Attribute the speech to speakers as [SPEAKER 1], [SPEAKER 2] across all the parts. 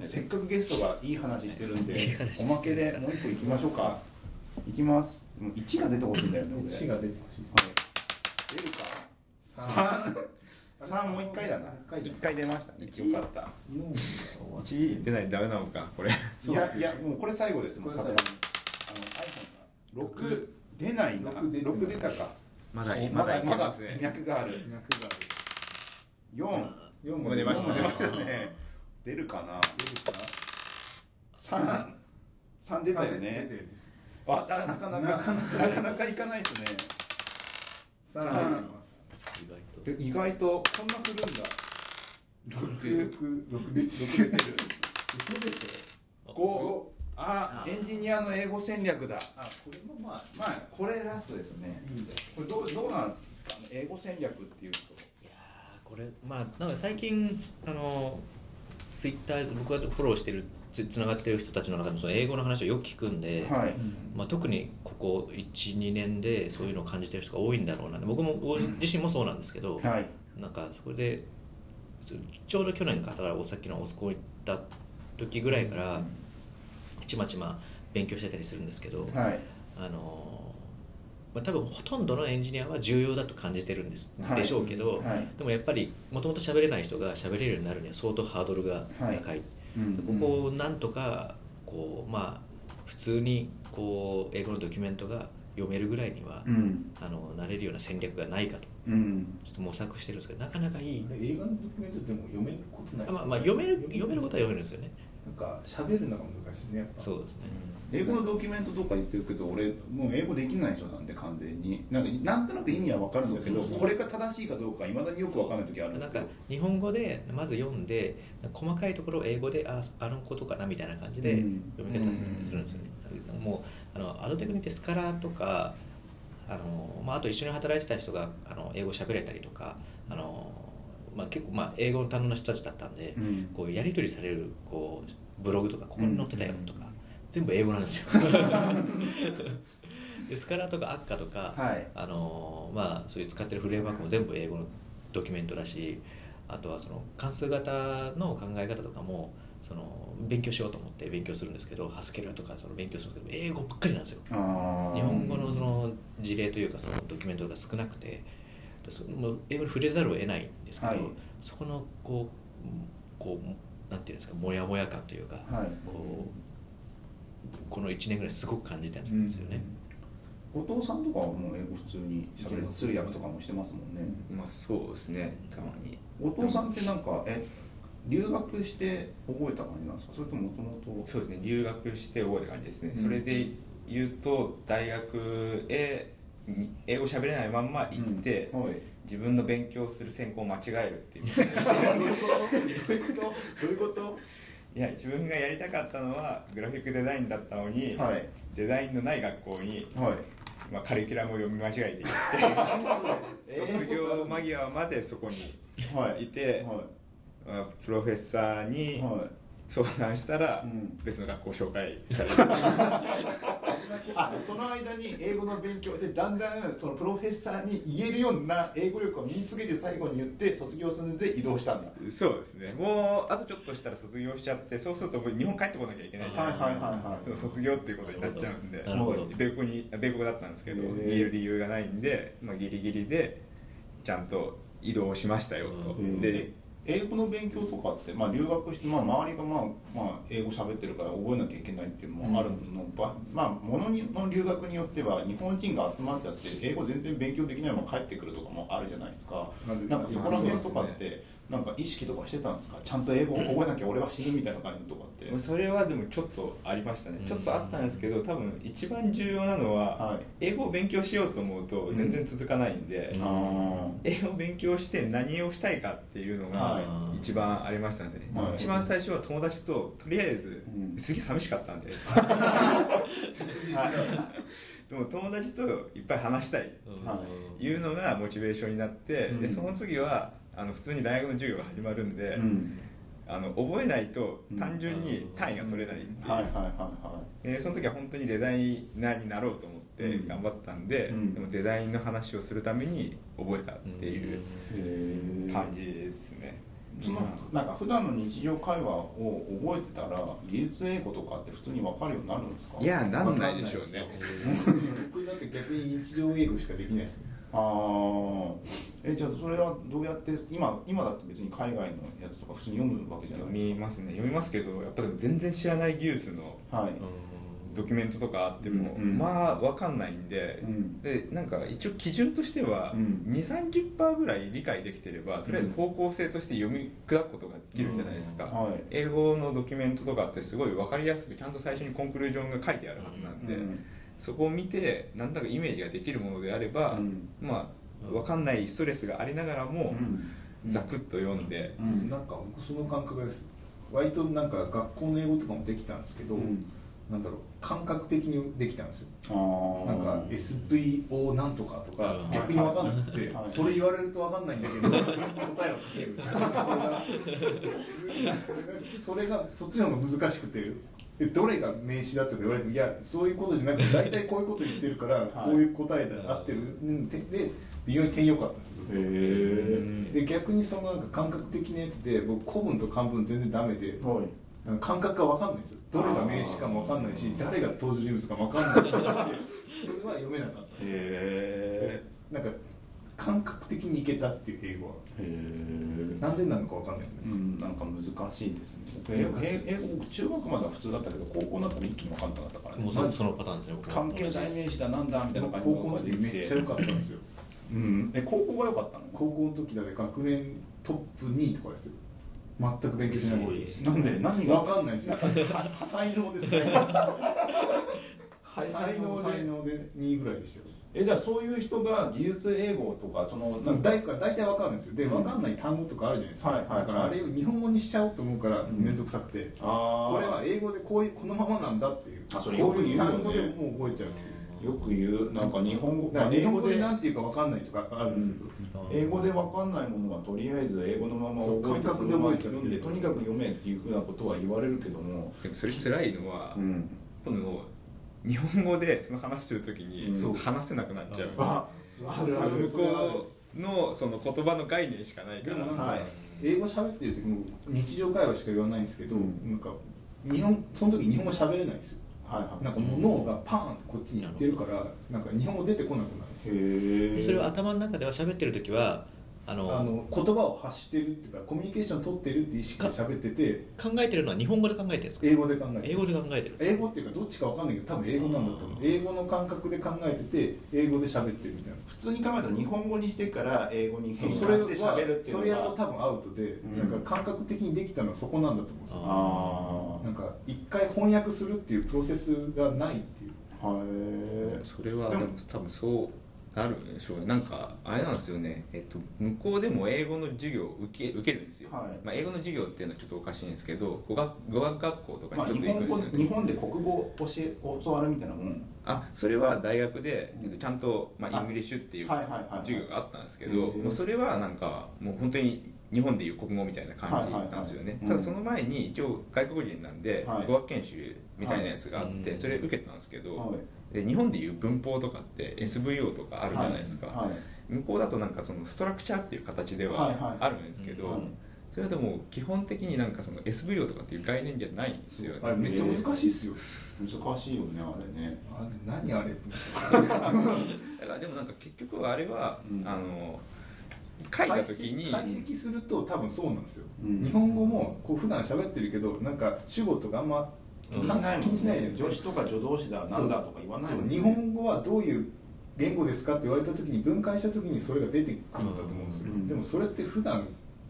[SPEAKER 1] せっかくゲストがいい話してるんで
[SPEAKER 2] いい話して
[SPEAKER 1] お
[SPEAKER 2] る
[SPEAKER 1] まけでもう一個いきましょうかいきますでも1が出てほしいんだよね俺
[SPEAKER 3] 1が出てほしいです
[SPEAKER 1] はい出るか三三もう一回だな
[SPEAKER 3] 一回だ
[SPEAKER 1] 一回出ましたねよかった
[SPEAKER 4] 1出ないとダメなのかこれ
[SPEAKER 1] いやいやもうこれ最後ですもう
[SPEAKER 3] こ
[SPEAKER 1] さ
[SPEAKER 3] れ
[SPEAKER 1] す
[SPEAKER 3] 最
[SPEAKER 1] がにあ
[SPEAKER 3] 後
[SPEAKER 1] の iPhone が6出ないな
[SPEAKER 3] 六出てない
[SPEAKER 1] 6出たか
[SPEAKER 4] まだ
[SPEAKER 1] ま
[SPEAKER 4] まだ
[SPEAKER 1] だ
[SPEAKER 4] いけ
[SPEAKER 1] ま
[SPEAKER 4] ま
[SPEAKER 1] だ
[SPEAKER 4] すね
[SPEAKER 1] 脈がある4
[SPEAKER 3] 4
[SPEAKER 4] もう出ましたね
[SPEAKER 1] 出ましたね出るかな三三出たよねあだなかなかなかなかいかないですね
[SPEAKER 3] 3
[SPEAKER 1] 三
[SPEAKER 3] 出てます
[SPEAKER 2] 意外と
[SPEAKER 1] え意外とこんな来るんだ六
[SPEAKER 3] 66出
[SPEAKER 1] 出
[SPEAKER 3] て
[SPEAKER 1] て
[SPEAKER 3] る
[SPEAKER 1] る
[SPEAKER 3] 嘘でし
[SPEAKER 1] 五あエンジニアの英語戦略だ
[SPEAKER 3] ょあこれもまあ
[SPEAKER 1] まあこれラストですね
[SPEAKER 3] いいんだよ
[SPEAKER 1] これどうどうなんですか英語戦略っていうと
[SPEAKER 2] いやーこれまあなんか最近あのツイッター僕がフォローしてるつつながってる人たちの中でもその英語の話をよく聞くんで、
[SPEAKER 1] はい
[SPEAKER 2] まあ、特にここ12年でそういうのを感じてる人が多いんだろうな僕もご自身もそうなんですけど、
[SPEAKER 1] はい
[SPEAKER 2] なんかそこでそうちょうど去年かだからおさっきのオスコン行った時ぐらいからちまちま勉強してたりするんですけど、
[SPEAKER 1] はい
[SPEAKER 2] あのーまあ、多分ほとんどのエンジニアは重要だと感じてるんです、
[SPEAKER 1] はい
[SPEAKER 2] でしょうけど、
[SPEAKER 1] はい
[SPEAKER 2] でもやっぱりもともと喋れない人が喋れるようになるには相当ハードルが
[SPEAKER 1] はい
[SPEAKER 2] 高い、
[SPEAKER 1] うん
[SPEAKER 2] でここをなんとかこうまあ普通にこう英語のドキュメントが読めるぐらいには、
[SPEAKER 1] うん
[SPEAKER 2] あのなれるような戦略がないかと
[SPEAKER 1] うん
[SPEAKER 2] ちょっと模索してるんですけどなかなかいい
[SPEAKER 3] あれ映画のドキュメントでも読めることないです
[SPEAKER 2] まあ、まあ読める読めることは読めるんですよね
[SPEAKER 3] なんか喋るのが難しいねやっぱ
[SPEAKER 2] そうですね
[SPEAKER 1] 英語のドキュメントとか言ってるけど俺もう英語できない人なんで完全になんかなんとなく意味は分かるんだけど
[SPEAKER 3] そうそうそう
[SPEAKER 1] これが正しいかどうかいまだによく分かんない時あるんで
[SPEAKER 2] なん
[SPEAKER 1] すよ
[SPEAKER 2] か日本語でまず読んで細かいところを英語でああのことかなみたいな感じで
[SPEAKER 1] うん
[SPEAKER 2] 読み方するするんですよね、もうあのアドテクニってスカラーとかあの、まあ、あと一緒に働いてた人があの英語喋れたりとかあの、まあ、結構まあ英語の堪能な人たちだったんで、
[SPEAKER 1] うん
[SPEAKER 2] こうやり取りされるこうブログとかここに載ってたよとか、全部英語なんですよ でスカラーとかアッカとか、
[SPEAKER 1] はい
[SPEAKER 2] あのーまあそういう使ってるフレームワークも全部英語のドキュメントだしあとはその関数型の考え方とかもその勉強しようと思って勉強するんですけどハスケルとかその勉強するんですけど英語ばっかりなんですよ
[SPEAKER 1] あー
[SPEAKER 2] 日本語のその事例というかそのドキュメントが少なくてそもう英語に触れざるを得ないんですけど、
[SPEAKER 1] はい
[SPEAKER 2] そこのこううんこうなんていうんですかモヤモヤ感というか、
[SPEAKER 1] はい
[SPEAKER 2] こうこの1年ぐらいすごく感じたんですよね。
[SPEAKER 1] 後藤さんとかはもう英語普通に喋れる通訳とかもしてますもんね
[SPEAKER 4] まあそうですねたまに
[SPEAKER 1] 後藤さんってなんかえ留学して覚えた感じなんですかそれとももともと
[SPEAKER 4] そうですね留学して覚えた感じですね、それで言うと大学へに英語喋れないまんま行って、
[SPEAKER 1] うん はい
[SPEAKER 4] 自分の勉強する専攻を間違えるっていう
[SPEAKER 1] どういうことどういうこと
[SPEAKER 4] いや自分がやりたかったのはグラフィックデザインだったのに、
[SPEAKER 1] はい
[SPEAKER 4] デザインのない学校に、
[SPEAKER 1] はい
[SPEAKER 4] まあ、カリキュラムを読み間違えて 行って卒業間際までそこに
[SPEAKER 1] はい
[SPEAKER 4] いて
[SPEAKER 1] は
[SPEAKER 4] まあプロフェッサー
[SPEAKER 1] い
[SPEAKER 4] に
[SPEAKER 1] はい
[SPEAKER 4] 相談したら、
[SPEAKER 1] うん
[SPEAKER 4] 別の学校を紹介されて
[SPEAKER 1] あその間に英語の勉強でだんだんそのプロフェッサーに言えるような英語力を身につけて最後に言って卒業するんで移動したんだ
[SPEAKER 4] そうですねもうあとちょっとしたら卒業しちゃってそうするともう日本帰ってこなきゃいけないじゃないですか、
[SPEAKER 1] はいはいはいはい
[SPEAKER 4] でも卒業っていうことになっちゃうんで
[SPEAKER 2] なるほど
[SPEAKER 4] もう米国に米国だったんですけど
[SPEAKER 1] へー
[SPEAKER 4] 言える理由がないんで、まあ、ギリギリでちゃんと移動しましたよと、
[SPEAKER 2] う
[SPEAKER 4] で
[SPEAKER 1] で英語の勉強とかって、まあ、留学して、まあ、周りが、まあまあ、英語喋ってるから覚えなきゃいけないっていうのもあるの、ばまあ、ものにの留学によっては日本人が集まっちゃって英語全然勉強できないまま帰ってくるとかもあるじゃないですか
[SPEAKER 3] まあ
[SPEAKER 1] なんかそこら辺とかって、なんか意識とかしてたんですかちゃんと英語を覚えなきゃ俺は死ぬみたいな感じとかって、
[SPEAKER 4] もうそれはでもちょっとありましたね、ちょっとあったんですけど多分一番重要なのは、
[SPEAKER 1] はい
[SPEAKER 4] 英語を勉強しようと思うと全然続かないんで、
[SPEAKER 1] あー
[SPEAKER 4] 英語を勉強して何をしたいかっていうのが
[SPEAKER 2] はい
[SPEAKER 4] 一番ありましたね、
[SPEAKER 1] はい
[SPEAKER 4] 一番最初は友達ととりあえず
[SPEAKER 1] うん
[SPEAKER 4] すげえ寂しかったん で、でも友達といっぱい話したい
[SPEAKER 1] はい
[SPEAKER 2] うん
[SPEAKER 4] いうのがモチベーションになって、
[SPEAKER 1] うん
[SPEAKER 4] でその次はあの普通に大学の授業が始まるんで、
[SPEAKER 1] うん
[SPEAKER 4] あの覚えないと
[SPEAKER 1] うん
[SPEAKER 4] 単純に単位が取れないっていう、
[SPEAKER 1] はいはいはいはい
[SPEAKER 4] でその時は本当にデザイナーになろうと思って
[SPEAKER 1] うん
[SPEAKER 4] 頑張ったんで、
[SPEAKER 1] うん
[SPEAKER 4] でもデザインの話をするために覚えたっていう
[SPEAKER 1] へー
[SPEAKER 4] 感じですね、
[SPEAKER 1] そのなんか普段の日常会話を覚えてたら技術英語とかって普通に分かるようになるんですか
[SPEAKER 4] いやなんないでしょう
[SPEAKER 3] わかんない
[SPEAKER 4] ね
[SPEAKER 3] で僕だって逆に日常英語しかできないですね
[SPEAKER 1] あーえじゃあそれはどうやって今今だって別に海外のやつとか普通に読むわけじゃな
[SPEAKER 4] 読
[SPEAKER 1] いで
[SPEAKER 4] み
[SPEAKER 1] す
[SPEAKER 4] ますね読みますけどやっぱでも全然知らない技術の
[SPEAKER 1] かはい、
[SPEAKER 4] ドキュメントとかあっても、
[SPEAKER 1] うんうん
[SPEAKER 4] まあわかんないんで、
[SPEAKER 1] うん
[SPEAKER 4] でなんか一応基準としては、
[SPEAKER 1] うん
[SPEAKER 4] 2 3 0パーぐらい理解できてればとりあえず方向性として読み砕くことができるじゃないですか、
[SPEAKER 1] はい
[SPEAKER 4] 英語のドキュメントとかってすごい分かりやすくちゃんと最初にコンクルージョンが書いてあるはずなんで、
[SPEAKER 1] うん
[SPEAKER 4] そこを見てなんだかイメージができるものであれば、
[SPEAKER 1] うん
[SPEAKER 4] まあ分かんないストレスがありながらも、ざくっと読んで、
[SPEAKER 1] うん
[SPEAKER 3] なんか僕その感覚です割となんか学校の英語とかもできたんですけど、
[SPEAKER 1] うん
[SPEAKER 3] なんだろう感覚的にできたんですよ
[SPEAKER 1] あー
[SPEAKER 3] なんか SVO なんとかとか
[SPEAKER 2] うん
[SPEAKER 3] 逆に分かんなくて
[SPEAKER 1] はい
[SPEAKER 3] それ言われると分かんないんだけど答えは書けるそれがそっちの方が難しくてえどれが名詞だとか言われてもいやそういうことじゃなくて大体こういうこと言ってるからこういう答えだ合ってるうんてで微妙に点良かったんですよ
[SPEAKER 1] へえ
[SPEAKER 3] で逆にそのなんか感覚的なやつで僕古文と漢文全然ダメで
[SPEAKER 1] はい
[SPEAKER 3] なんか感覚が分かんないんですよどれが名詞かも分かんないし誰が登場人物かも分かんないっていうのでそれは読めなかった
[SPEAKER 1] へ
[SPEAKER 3] なんか感覚的にいけたっていう英語は
[SPEAKER 1] えへえ
[SPEAKER 3] なんでなのかわかんないですね、
[SPEAKER 1] うん、なんか難しいですね。僕
[SPEAKER 3] 難しい
[SPEAKER 1] ええ僕中学までは普通だったけど高校になったら一気に分かんなかったから
[SPEAKER 2] もう
[SPEAKER 1] ね。
[SPEAKER 2] そそのパターンですね僕も
[SPEAKER 1] 関係代名詞だなんだみたいな
[SPEAKER 3] 高
[SPEAKER 1] 感じの
[SPEAKER 3] 校までめっちゃ良かったんですよ
[SPEAKER 1] うん。え高校が良かったの？
[SPEAKER 3] 高校の時だって学年トップ2位とかですよ全く勉強しない
[SPEAKER 2] すごいです
[SPEAKER 1] なんで何が
[SPEAKER 3] わかんないですよ才能ですね
[SPEAKER 1] はい
[SPEAKER 3] 才
[SPEAKER 1] 才能で
[SPEAKER 3] 能才能で2位ぐらいでしたよ
[SPEAKER 1] えじゃあそういう人が技術英語とかそのなんか
[SPEAKER 3] だい大体わかるんですよでわかんない単語とかあるじゃないですか、
[SPEAKER 1] はいはいはい
[SPEAKER 3] だからあれを日本語にしちゃおうと思うから
[SPEAKER 1] ん
[SPEAKER 3] 面倒くさくて、
[SPEAKER 1] あー
[SPEAKER 3] これは英語でこういうこのままなんだっていう
[SPEAKER 1] あそれよ
[SPEAKER 3] こ
[SPEAKER 1] く
[SPEAKER 3] うい
[SPEAKER 1] 言う
[SPEAKER 3] う
[SPEAKER 1] よね
[SPEAKER 3] 単語でもう覚えちゃうっていう
[SPEAKER 1] よく言うなんか日本語
[SPEAKER 3] だから
[SPEAKER 1] 英
[SPEAKER 3] 英
[SPEAKER 1] 語
[SPEAKER 3] 語
[SPEAKER 1] で
[SPEAKER 3] でなんていうかわかんないとかあるんですけど、
[SPEAKER 1] 英語で分かんないものはとりあえず英語のまま
[SPEAKER 3] そう
[SPEAKER 1] 覚えて
[SPEAKER 3] 感
[SPEAKER 1] その
[SPEAKER 3] 覚で
[SPEAKER 1] まま
[SPEAKER 3] 覚えちゃ
[SPEAKER 1] 読
[SPEAKER 3] うん
[SPEAKER 1] でとにかく読めっていうふうなことは言われるけども、
[SPEAKER 4] でもそれ辛いのは、
[SPEAKER 1] ん、
[SPEAKER 4] 今度日本語でその話するときに
[SPEAKER 1] うん
[SPEAKER 4] 話せなくなっちゃう、
[SPEAKER 1] ああるある
[SPEAKER 4] 向こうのその言葉の概念しかないか
[SPEAKER 3] で
[SPEAKER 4] ら
[SPEAKER 3] もなんか、
[SPEAKER 1] はい
[SPEAKER 3] 英語喋ってる時も日常会話しか言わないんですけど、
[SPEAKER 1] うん
[SPEAKER 3] なんか日本その時日本語喋れないんですよ
[SPEAKER 1] はいはい
[SPEAKER 3] なんかもう脳がパーンってこっちに行ってるからなんか日本語出てこなくなる
[SPEAKER 1] へえ
[SPEAKER 2] それは頭の中では喋ってる時はあの
[SPEAKER 3] あの言葉を発してるっていうかコミュニケーション取ってるって意識で喋ってて
[SPEAKER 2] 考えてるのは日本語で考えてるんですか
[SPEAKER 3] 英語で考えて
[SPEAKER 2] 英
[SPEAKER 3] る
[SPEAKER 2] 語で考えてる
[SPEAKER 3] 英語っていうかどっちかわかんないけど多分英語なんだと思う英語の感覚で考えてて英語で喋ってるみたいな
[SPEAKER 1] 普通に考えたら日本語にしてから英語に
[SPEAKER 3] そ
[SPEAKER 1] 変換
[SPEAKER 3] うそれは
[SPEAKER 1] して喋るっていう
[SPEAKER 3] そ
[SPEAKER 1] の
[SPEAKER 3] れやる
[SPEAKER 1] が
[SPEAKER 3] と多分アウトで、
[SPEAKER 1] ん
[SPEAKER 3] なんか感覚的にできたのはそこなんだと思うんですよ
[SPEAKER 2] あ
[SPEAKER 1] あ
[SPEAKER 3] なんか一回翻訳するっていうプロセスがないっていう
[SPEAKER 1] あへえ
[SPEAKER 4] それは
[SPEAKER 1] で
[SPEAKER 4] で
[SPEAKER 1] も
[SPEAKER 4] も多分そうなるんでしょうねなんかあれなんですよね、えっと、向こうでも英語の授業を受け受けるんですよ、
[SPEAKER 1] はい
[SPEAKER 4] まあ、英語の授業っていうのはちょっとおかしいんですけど語学語学学校とか
[SPEAKER 1] ま
[SPEAKER 4] に
[SPEAKER 1] あ
[SPEAKER 4] ちょっ
[SPEAKER 1] 日
[SPEAKER 4] と行く
[SPEAKER 1] 本
[SPEAKER 4] んで
[SPEAKER 1] 語
[SPEAKER 4] す
[SPEAKER 1] 日本で
[SPEAKER 4] よね、
[SPEAKER 1] 国語を教え教わるみたいなもん
[SPEAKER 4] あそれは大学で、えっと、ちゃんと、まあ、
[SPEAKER 1] あ
[SPEAKER 4] イングリッシュっていう
[SPEAKER 1] はいはいはいはい
[SPEAKER 4] 授業があったんですけ
[SPEAKER 1] へ
[SPEAKER 4] ど、
[SPEAKER 1] ー
[SPEAKER 4] もうそれはなんかもう本当に日本でいう国語みたいな感じなんですよね、
[SPEAKER 1] はいはいはい
[SPEAKER 4] ただその前に一応外国人なんで、
[SPEAKER 1] はい
[SPEAKER 4] 語学研修みたいなやつがあって、
[SPEAKER 2] はい
[SPEAKER 4] それ受けたんですけど、
[SPEAKER 1] は
[SPEAKER 4] で日本でいう文法とかって SVO とかあるじゃないですか、
[SPEAKER 1] はいはい
[SPEAKER 4] 向こうだとなんかそのストラクチャーっていう形で
[SPEAKER 1] はいは
[SPEAKER 4] はいあるんですけど、
[SPEAKER 1] うん
[SPEAKER 4] それはでも基本的になんかその SVO とかっていう概念じゃないんですよ
[SPEAKER 3] あれ
[SPEAKER 4] ね
[SPEAKER 3] めっちゃ難しいっすよ
[SPEAKER 1] 難しいよねあれね
[SPEAKER 3] あれ何あれ
[SPEAKER 4] だからでもなんか結局はあれは、
[SPEAKER 1] うん
[SPEAKER 4] あの書いた時に
[SPEAKER 3] 解析解析すると多分そうなんですよ、
[SPEAKER 1] うん
[SPEAKER 3] 日本語もこう普段喋ってるけどなんか主語とかあんま
[SPEAKER 1] 気にしないも
[SPEAKER 3] 気にし
[SPEAKER 1] ん
[SPEAKER 3] ない
[SPEAKER 1] ね
[SPEAKER 3] です
[SPEAKER 1] 女子とか助動詞だなんだとか言わないも
[SPEAKER 3] そ
[SPEAKER 1] ん
[SPEAKER 3] う
[SPEAKER 1] ね
[SPEAKER 3] 日本語はどういう言語ですかって言われた時に分解した時にそれが出てくるんだと思うんですよ、
[SPEAKER 1] うん
[SPEAKER 3] でもそれって普段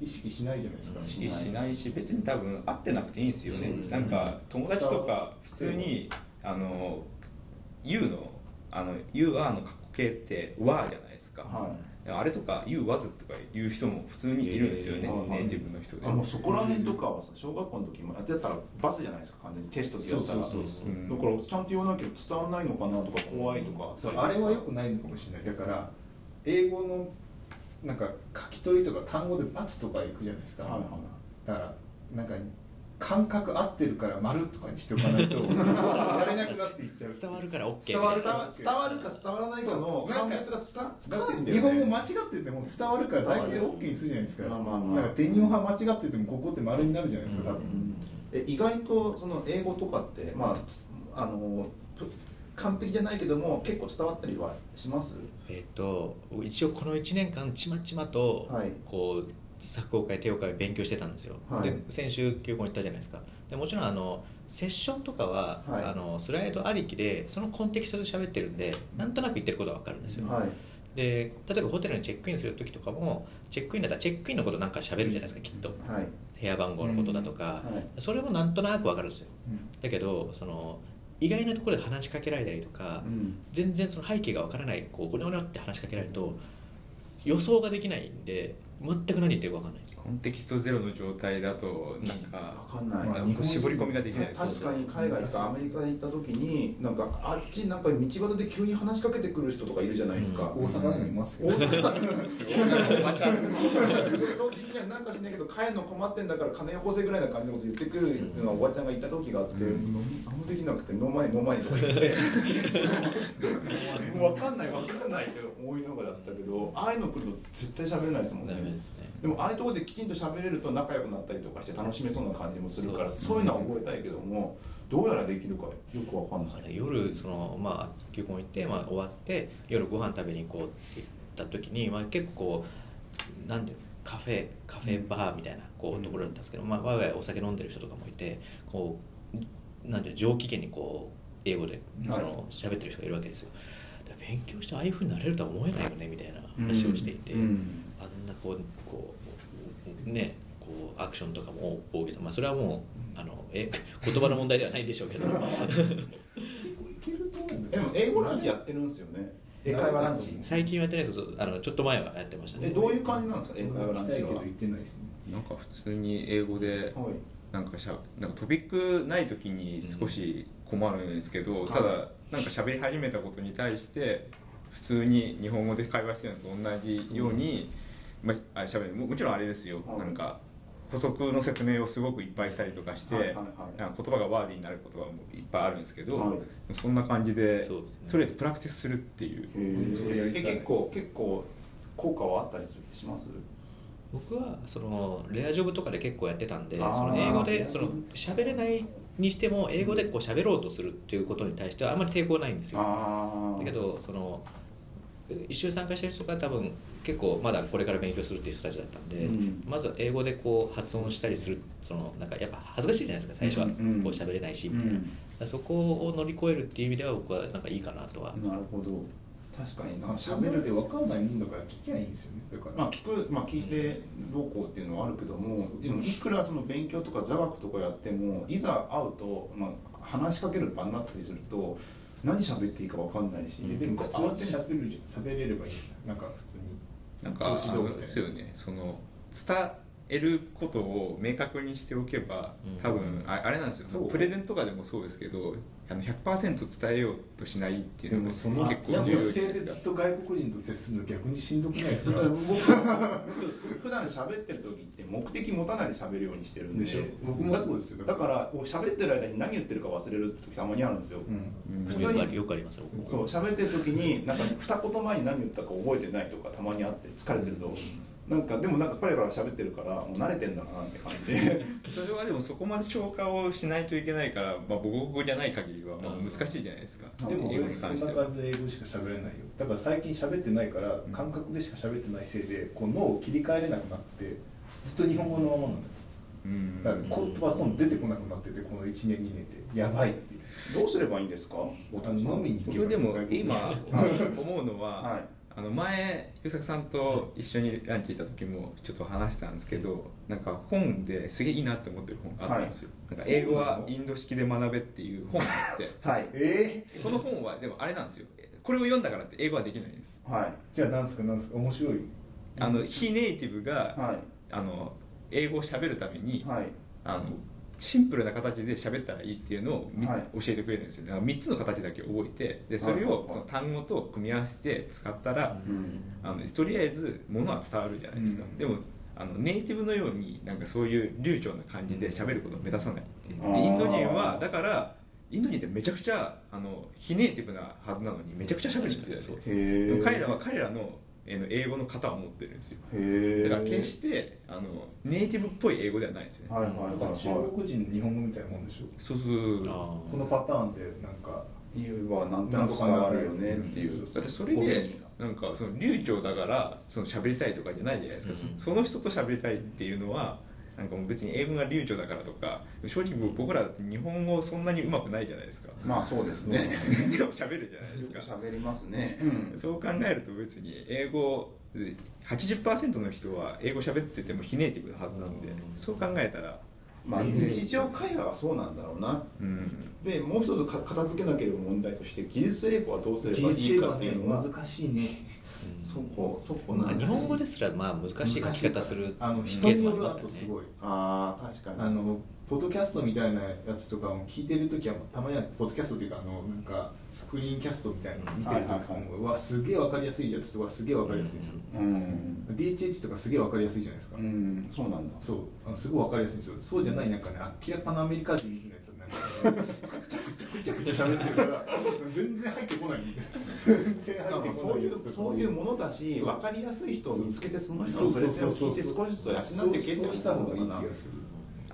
[SPEAKER 3] 意識しないじゃないですか、
[SPEAKER 2] うん
[SPEAKER 4] 意識しないし別に多分会ってなくていいんですよね
[SPEAKER 2] そうです
[SPEAKER 4] な
[SPEAKER 2] ね
[SPEAKER 4] んか友達とか普通にあの U のあの U はの格好形って「わ」じゃないですか、
[SPEAKER 1] は
[SPEAKER 4] あれとか「You was」とか言う人も普通にいるんですよね、
[SPEAKER 2] え
[SPEAKER 1] ー
[SPEAKER 4] ネイティブの人で
[SPEAKER 1] あもうそこら辺とかはさ小学校の時もやってたらバスじゃないですか完全にテストでやったらだ
[SPEAKER 3] そう
[SPEAKER 1] か
[SPEAKER 3] そう
[SPEAKER 1] ら
[SPEAKER 3] そう
[SPEAKER 4] う
[SPEAKER 1] ち
[SPEAKER 4] ん
[SPEAKER 1] ゃんと言わなきゃ伝わんないのかなとか怖いとか
[SPEAKER 3] そうあれは良くないのかもしれないだから英語のなんか書き取りとか単語で×とかいくじゃないですか、
[SPEAKER 1] はいはい
[SPEAKER 3] だからなんか感覚合ってるから丸とかにしておかないとやれなくなっていっちゃう
[SPEAKER 2] 伝わるから OK
[SPEAKER 3] 伝わる
[SPEAKER 1] 伝わ伝わるか伝わらないかの
[SPEAKER 3] そう
[SPEAKER 1] 判別がつかつ
[SPEAKER 3] だ
[SPEAKER 1] かない
[SPEAKER 3] っ
[SPEAKER 1] ん
[SPEAKER 3] て
[SPEAKER 1] だ
[SPEAKER 3] 日
[SPEAKER 1] よ
[SPEAKER 3] 本語
[SPEAKER 1] ね
[SPEAKER 3] 間違ってても伝わるから大体 OK にするじゃないですか、
[SPEAKER 1] まあまあまあ
[SPEAKER 3] なんか天日派間違っててもここって丸になるじゃないですか多
[SPEAKER 1] う
[SPEAKER 3] 分、
[SPEAKER 1] んえ意外とその英語とかってまあつあのぷ完璧じゃないけども結構伝わったりはします
[SPEAKER 2] えっと僕一応この1年間ちまちまと
[SPEAKER 1] はい
[SPEAKER 2] こう作を変え手を変え勉強してたんですよ、
[SPEAKER 1] はい
[SPEAKER 2] で先週休校行ったじゃないですかでもちろんあのセッションとかは、
[SPEAKER 1] はい
[SPEAKER 2] あのスライドありきでそのコンテキストで喋ってるんでなんとなく言ってることは分かるんですよ、
[SPEAKER 1] はい
[SPEAKER 2] で例えばホテルにチェックインする時とかもチェックインだったらチェックインのことなんか喋るじゃないですかきっと
[SPEAKER 1] はい
[SPEAKER 2] 部屋番号のことだとか、
[SPEAKER 1] うんはい
[SPEAKER 2] それもなんとなく分かるんですよ
[SPEAKER 3] うん
[SPEAKER 2] だけどその意外なところで話しかけられたりとか、
[SPEAKER 1] うん
[SPEAKER 2] 全然その背景がわからないこうごにょごにょって話しかけられると予想ができないんで全く何言ってるかわかんないです
[SPEAKER 4] コンテキストゼロの状態だとなんか
[SPEAKER 1] 分かん
[SPEAKER 3] ま
[SPEAKER 1] な
[SPEAKER 3] あ
[SPEAKER 1] い
[SPEAKER 4] なんか絞り込みができない
[SPEAKER 1] ね確かに海外とかアメリカに行った時になんかあっちなんか道端で急に話しかけてくる人とかいるじゃないですか、
[SPEAKER 3] 大阪にもいますけど、
[SPEAKER 1] 大阪
[SPEAKER 4] また
[SPEAKER 1] いやなんかしないけど帰るの困ってんだから金よこせぐらいな感じのこと言ってくるのがおばちゃんが言った時があって、何もできなくて「ノーマネーノーマネー」とか言って分かんない分かんないって思いながらだったけどああいうの来ると絶対喋れないですもんね
[SPEAKER 2] ダメですね
[SPEAKER 1] でもああいうところできちんと喋れると仲良くなったりとかして楽しめそうな感じもするから
[SPEAKER 2] そう
[SPEAKER 1] そういうのは覚えたいけどもどうやらできるかよく分かん
[SPEAKER 2] だ
[SPEAKER 1] な
[SPEAKER 2] か
[SPEAKER 1] い
[SPEAKER 2] ら夜そのまあ休校行って、まあ、終わって夜ご飯食べに行こうって言った時に、まあ、結構こうなんていうのカフェカフェバーみたいなこうところだったんですけど、まあ、わいわいお酒飲んでる人とかもいてこうなんていうの上機嫌にこう英語でそ
[SPEAKER 1] はい
[SPEAKER 2] の喋ってる人がいるわけですよ。だから勉強してああいうふうになれるとは思えないよねみたいな話をしていて。
[SPEAKER 1] うん
[SPEAKER 2] あんなこうこうねこうアクションとかも大げさまあそれはもうあのえ言葉の問題ではないでしょ うけど
[SPEAKER 3] いけると思うんだ
[SPEAKER 1] で
[SPEAKER 3] よ
[SPEAKER 1] も英語ランチやってるんですよね英会話ランチ
[SPEAKER 2] 最近はやってないですけどあのちょっと前はやってました
[SPEAKER 1] え
[SPEAKER 2] ね
[SPEAKER 1] どういう感じなんですか英
[SPEAKER 3] 英語
[SPEAKER 1] 会話
[SPEAKER 3] は
[SPEAKER 1] ラ
[SPEAKER 3] 行
[SPEAKER 1] ン
[SPEAKER 3] きたい
[SPEAKER 1] チ
[SPEAKER 3] け
[SPEAKER 1] は
[SPEAKER 3] ど行ってないですね
[SPEAKER 4] なんか普通に英語で
[SPEAKER 1] はい
[SPEAKER 4] なんかしゃなんかトピックない時に少し困るんですけど、
[SPEAKER 1] ん
[SPEAKER 4] ただなんか喋り始めたことに対して普通に日本語で会話してるのと同じように、まああ喋るももちろんあれですよ、
[SPEAKER 1] はい
[SPEAKER 4] なんか補足の説明をすごくいっぱいしたりとかして、
[SPEAKER 1] はいはいはい
[SPEAKER 4] なんか言葉がワーディーになることはもういっぱいあるんですけど、
[SPEAKER 1] はい
[SPEAKER 4] そんな感じで
[SPEAKER 2] そうですね
[SPEAKER 4] とりあえずプラクティスするっていう。
[SPEAKER 3] それや
[SPEAKER 1] へ
[SPEAKER 3] り
[SPEAKER 1] え
[SPEAKER 3] たい
[SPEAKER 1] 結構結構効果はあったりするします
[SPEAKER 2] 僕はそのレアジョブとかで結構やってたんでそ
[SPEAKER 1] あー
[SPEAKER 2] の英語でその喋れないにしても英語でこう喋ろうとするっていうことに対してはあんまり抵抗ないんですよ
[SPEAKER 1] あ
[SPEAKER 2] だけどそのえ一緒に参加した人が多分結構まだこれから勉強するっていう人たちだったんで、
[SPEAKER 1] うん
[SPEAKER 2] まずは英語でこう発音したりするそのなんかやっぱ恥ずかしいじゃないですか最初は
[SPEAKER 1] うんうん
[SPEAKER 2] こう喋れないし、
[SPEAKER 1] う
[SPEAKER 2] みたいなんだからそこを乗り越えるっていう意味では僕はなんかいいかなとは、
[SPEAKER 1] なるほど確かにな
[SPEAKER 3] なんか
[SPEAKER 1] 喋
[SPEAKER 3] 喋る
[SPEAKER 1] る
[SPEAKER 3] で分かんないもんだから聞きゃいいんですよねだから、
[SPEAKER 1] まあ聞く、まあ、聞いてどうこうっていうのはあるけどもでもいくらその勉強とか座学とかやってもいざ会うと、まあ、話しかける場になったりすると何喋っていいか分かんないし、
[SPEAKER 3] でも
[SPEAKER 1] こ
[SPEAKER 3] こうやって喋るじゃん喋れればいいなんか普通に
[SPEAKER 4] なんかあ
[SPEAKER 3] 調子どうみたい
[SPEAKER 4] の
[SPEAKER 3] な
[SPEAKER 4] ですよねその伝えることを明確にしておけば
[SPEAKER 2] うん
[SPEAKER 4] 多分、ああれなんですよ
[SPEAKER 3] そう
[SPEAKER 4] プレゼントとかでもそうですけどあの100%伝えようとしないっていう
[SPEAKER 3] で
[SPEAKER 4] の
[SPEAKER 3] も
[SPEAKER 4] が
[SPEAKER 3] そ
[SPEAKER 4] 結
[SPEAKER 3] の女
[SPEAKER 4] 構重要じゃ
[SPEAKER 3] 性
[SPEAKER 4] ない
[SPEAKER 3] でず
[SPEAKER 4] で
[SPEAKER 3] っ
[SPEAKER 4] すか。
[SPEAKER 3] と外国人と接するの逆にしんどくないですか
[SPEAKER 1] だから僕僕普段喋ってる時って目的持たないで喋るようにしてるんで
[SPEAKER 3] でしょ僕もそうですよ
[SPEAKER 1] だからこう喋ってる間に何言ってるか忘れる時たまにあるんですよ、
[SPEAKER 3] うん
[SPEAKER 1] 普
[SPEAKER 2] よ
[SPEAKER 1] 通
[SPEAKER 2] くあ
[SPEAKER 1] に
[SPEAKER 2] りよくありますよ僕も
[SPEAKER 1] そう喋ってる時になんか二言前に何言ったか覚えてないとかたまにあって疲れてるとなんかでもなんかパラパラ喋ってるからもう慣れてんだなって感じ で
[SPEAKER 4] それはでもそこまで消化をしないといけないから、まあ、母国語じゃない限りはまあ難しいじゃないですか、
[SPEAKER 3] でも
[SPEAKER 4] 英語
[SPEAKER 3] 俺
[SPEAKER 4] に
[SPEAKER 3] そ
[SPEAKER 4] 関
[SPEAKER 3] ん
[SPEAKER 4] して
[SPEAKER 3] な
[SPEAKER 4] は
[SPEAKER 3] 感。じで英語しか喋れないよだから最近喋ってないから感覚でしか喋ってないせいでこう脳を切り替えれなくなってずっと日本語のままなのよ
[SPEAKER 4] うん
[SPEAKER 3] だから言葉が今度出てこなくなっててこの1年2年でやばいっていう
[SPEAKER 1] どうすればいいんですかボタン
[SPEAKER 3] 飲みに行けば
[SPEAKER 4] 僕でも 今思うのは、
[SPEAKER 1] はい
[SPEAKER 4] あの前優作さんと一緒にランチ行った時もちょっと話したんですけどなんか本ですげえいいなって思ってる本があったんですよ、なんか英語はインド式で学べっていう本があ って
[SPEAKER 1] はい
[SPEAKER 3] え
[SPEAKER 4] この本はでもあれなんですよこれを読んだからって英語はできないんです
[SPEAKER 1] はい
[SPEAKER 3] ー、じゃあなんすかなんすか面白い
[SPEAKER 4] あの非ネイティブが、
[SPEAKER 1] は
[SPEAKER 4] あの英語を喋るために
[SPEAKER 1] い、はい
[SPEAKER 4] あのシンプルな形で喋ったらいいっていうのをみ、
[SPEAKER 1] はい
[SPEAKER 4] 教えてくれるんですよだから3つの形だけ覚えてでそれ
[SPEAKER 1] はいはいは
[SPEAKER 4] を
[SPEAKER 1] い
[SPEAKER 4] その単語と組み合わせて使ったら、
[SPEAKER 1] うん
[SPEAKER 4] あのとりあえずものは伝わるじゃないですか、
[SPEAKER 3] うん
[SPEAKER 4] でもあのネイティブのようになんかそういう流暢な感じで喋ることを目指さないっていう
[SPEAKER 1] あー
[SPEAKER 4] でインド人はだからインド人ってめちゃくちゃあの非ネイティブなはずなのにめちゃくちゃ喋るんですよ
[SPEAKER 2] そう
[SPEAKER 1] へ
[SPEAKER 4] で
[SPEAKER 1] え
[SPEAKER 4] も彼らは彼らのえーの英語の型を持ってるんですよ
[SPEAKER 1] へえ
[SPEAKER 4] だから決してあのネイティブっぽい英語ではないんですよね
[SPEAKER 1] はいはいはい
[SPEAKER 3] なんか中
[SPEAKER 1] は
[SPEAKER 3] 国人の日本語みたいなもんでしょ
[SPEAKER 4] そうそう
[SPEAKER 2] あー
[SPEAKER 3] このパターンでなんか
[SPEAKER 1] い言えばなんとなく伝わるよねってい
[SPEAKER 3] うん
[SPEAKER 1] う
[SPEAKER 4] だってそれ
[SPEAKER 1] 語
[SPEAKER 4] で
[SPEAKER 1] 源だ
[SPEAKER 4] なんかその流暢だからその喋りたいとかじゃないじゃないですか、
[SPEAKER 2] うん
[SPEAKER 4] そその人と喋りたいっていうのはなんかもう別に英語が流暢だからとか正直僕らって日本語そんなにうまくないじゃないですか
[SPEAKER 1] まあそうですね
[SPEAKER 4] でも喋るじゃないです
[SPEAKER 1] よく
[SPEAKER 4] か
[SPEAKER 1] 喋りますねうん
[SPEAKER 4] そう考えると別に英語80%の人は英語喋ってても非ネイティブなはずなんで、
[SPEAKER 2] うん
[SPEAKER 4] そう考えたら
[SPEAKER 1] まあ日常会話はそうなんだろうな
[SPEAKER 4] うん
[SPEAKER 1] でもう一つか片付けなければ問題として技術英語はどうすればいいかっていうのは
[SPEAKER 3] 難しいね
[SPEAKER 2] うん
[SPEAKER 1] そこそこ
[SPEAKER 2] ま
[SPEAKER 1] な
[SPEAKER 2] あ
[SPEAKER 1] ん
[SPEAKER 2] 日本語ですらまあ難しい書き方する
[SPEAKER 3] あの人
[SPEAKER 2] ケース
[SPEAKER 3] に
[SPEAKER 2] も
[SPEAKER 3] よ
[SPEAKER 2] あ
[SPEAKER 3] るあ
[SPEAKER 2] りますか
[SPEAKER 3] と
[SPEAKER 2] ら
[SPEAKER 3] す
[SPEAKER 2] ね
[SPEAKER 3] ごい
[SPEAKER 1] ああ確か
[SPEAKER 3] あ
[SPEAKER 1] に
[SPEAKER 3] のポッドキャストみたいなやつとかも聞いてるときはたまにはポッドキャストっていうかあのなんかスクリーンキャストみたいなの見てるときも、
[SPEAKER 1] はいはいは
[SPEAKER 3] うわすげえわかりやすいやつとかすげえわかりやすいんですよ、
[SPEAKER 1] うん、
[SPEAKER 3] DHH とかすげえわかりやすいじゃないですか、
[SPEAKER 1] うん、そうなんだ
[SPEAKER 3] そうあのすごいわかりやすいんですよそうじゃないなんかね明らかなアメリカ人みたいなやつはなんかめちゃくちゃくちゃ喋ってるから全然入ってこないみたいな全然入ってこない
[SPEAKER 1] そういうそういうものだし
[SPEAKER 3] そう
[SPEAKER 1] 分かりやすい人を見つけてその人
[SPEAKER 3] そ
[SPEAKER 1] の
[SPEAKER 3] う
[SPEAKER 1] プ
[SPEAKER 3] そ
[SPEAKER 1] レ
[SPEAKER 3] う
[SPEAKER 1] ゼン
[SPEAKER 3] そう
[SPEAKER 1] を聞い
[SPEAKER 3] そう
[SPEAKER 1] て少しずつ養
[SPEAKER 3] そう
[SPEAKER 1] っていけって
[SPEAKER 3] そうした方がいい気が
[SPEAKER 1] な
[SPEAKER 3] する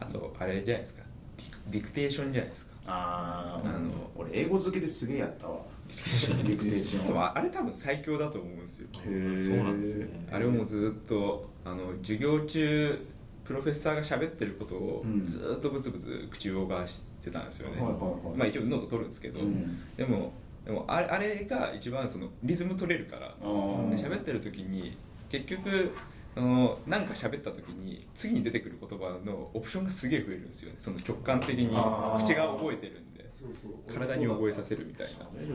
[SPEAKER 4] あとあれじゃないですかディクディクテーションじゃないですか
[SPEAKER 1] あ
[SPEAKER 4] あ
[SPEAKER 1] あ
[SPEAKER 4] の
[SPEAKER 1] 俺英語好きですげえやったわディクテーションディクテーシ
[SPEAKER 4] で
[SPEAKER 1] ョン
[SPEAKER 4] もあれ多分最強だと思うんですよ
[SPEAKER 1] へえ
[SPEAKER 2] そうなんですね
[SPEAKER 4] あれをもうずっとあの授業中プロフェッサーが喋ってることを
[SPEAKER 1] うん
[SPEAKER 4] ずっとブツブツ口を動かしてたんですよね、
[SPEAKER 1] はいはいはい
[SPEAKER 4] まあ一応ノート取るんですけど、
[SPEAKER 1] うん
[SPEAKER 4] でもでもあれあれが一番そのリズム取れるから
[SPEAKER 1] あー
[SPEAKER 4] で喋ってる時に結局あのなんか喋った時に次に出てくる言葉のオプションがすげえ増えるんですよねその直感的に
[SPEAKER 1] あー
[SPEAKER 4] 口が覚えてるんで
[SPEAKER 3] そうそう
[SPEAKER 4] 体に覚えさせるみたい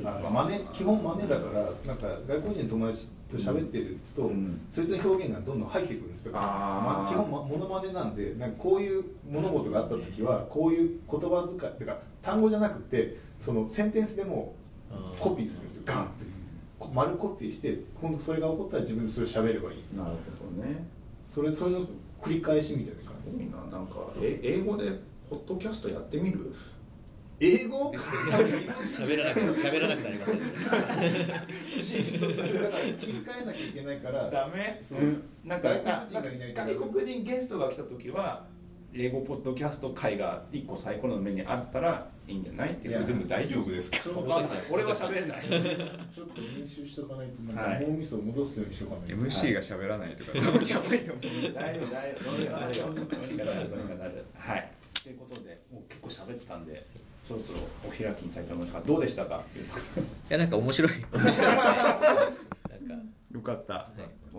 [SPEAKER 4] な
[SPEAKER 3] あの真似基本真似だからなんか外国人の友達と喋ってると、
[SPEAKER 1] うん
[SPEAKER 3] そいつの表現がどんどん入ってくるんですけど、
[SPEAKER 1] あー
[SPEAKER 3] ま基本まモノマネなんでなんかこういう物事があった時はこういう言葉遣いっていうか単語じゃなくてそのセンテンスでも
[SPEAKER 2] あー
[SPEAKER 3] コピーするんですよガンってこ丸コピーして今度それが起こったら自分でそれを喋ればいい
[SPEAKER 1] なるほどね
[SPEAKER 3] それそれの繰り返しみたいな感
[SPEAKER 1] い
[SPEAKER 3] じ
[SPEAKER 1] いななんかえ英語でポッドキャストやってみる
[SPEAKER 3] 英語
[SPEAKER 2] 喋らなく喋らなくなりますよね
[SPEAKER 3] それだから切り替えなきゃいけないから
[SPEAKER 1] メ
[SPEAKER 3] そう
[SPEAKER 1] なんか
[SPEAKER 3] 外国
[SPEAKER 1] あ
[SPEAKER 3] 人
[SPEAKER 1] なんか
[SPEAKER 3] がいないから
[SPEAKER 1] 外国人ゲストが来た時は英語ポッドキャスト会が一個最高の目にあったらいいんじゃないって
[SPEAKER 3] い
[SPEAKER 1] そ
[SPEAKER 3] や
[SPEAKER 1] れでも大丈夫ですか
[SPEAKER 3] そう
[SPEAKER 1] わかんない俺は喋れない
[SPEAKER 3] ちょっと練習しとかないと、
[SPEAKER 1] は
[SPEAKER 3] なん
[SPEAKER 1] い
[SPEAKER 3] か脳みそを戻すようにしとかないと。
[SPEAKER 4] MC が喋らないとか多分やばいと思う
[SPEAKER 1] 大丈夫大丈夫どうにかなるよどうにかなるどうにかなるはいということでもう結構喋ってたんでそろそろお開きにされたものかどうでしたか優作さん
[SPEAKER 2] いやなんか面白い面白いですねなんか
[SPEAKER 1] よかった
[SPEAKER 2] い
[SPEAKER 1] お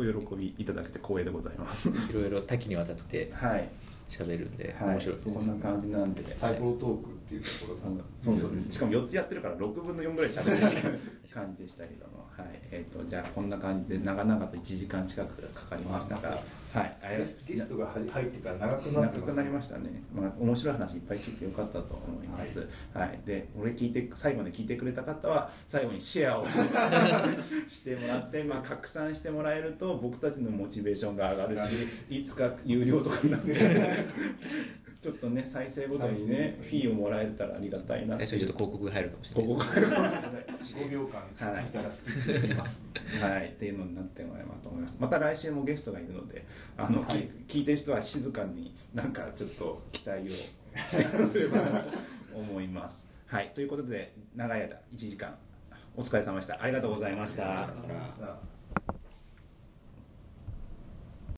[SPEAKER 1] お喜びいただけて光栄でございます
[SPEAKER 2] いろいろ多岐にわたって
[SPEAKER 1] はい
[SPEAKER 2] 喋るんで
[SPEAKER 1] はい
[SPEAKER 2] 面白いです
[SPEAKER 1] そんな感じなんで
[SPEAKER 3] サイコロトークっていうところが、
[SPEAKER 1] そうそうですしかも4つやってるから6分の4ぐらい喋ってる 感じでしたけども、はいえー、とじゃあこんな感じで長々と1時間近くかかりましたが、はい、あり
[SPEAKER 3] ゲ
[SPEAKER 1] が
[SPEAKER 3] ス
[SPEAKER 1] とう
[SPEAKER 3] ゲストが入入ってから長くな
[SPEAKER 1] 長
[SPEAKER 3] ってます、
[SPEAKER 1] くなりましたね、まあ、面白い話いっぱい聞いてよかったと思います、はいで俺聞いて最後まで聞いてくれた方は最後にシェアを してもらって、まあ、拡散してもらえると僕たちのモチベーションが上がるしいつか有料とかになってちょっとね再生ごとにねフィーをもらえたらありがたいな
[SPEAKER 2] 最初ちょっと広告が入るかもしれ
[SPEAKER 1] こ
[SPEAKER 2] ない
[SPEAKER 1] こ
[SPEAKER 2] で
[SPEAKER 1] か
[SPEAKER 2] す
[SPEAKER 1] ら
[SPEAKER 3] 5秒間聞いたら好きって言います、
[SPEAKER 1] はい、っていうのになってもらえばと思います。また来週もゲストがいるので、あの、聞い、聞いてる人は静かになんかちょっと期待をしてもらえればなと思います。はい、ということで長い間1時間お疲れ様でした。ありがとうございました。
[SPEAKER 3] さあ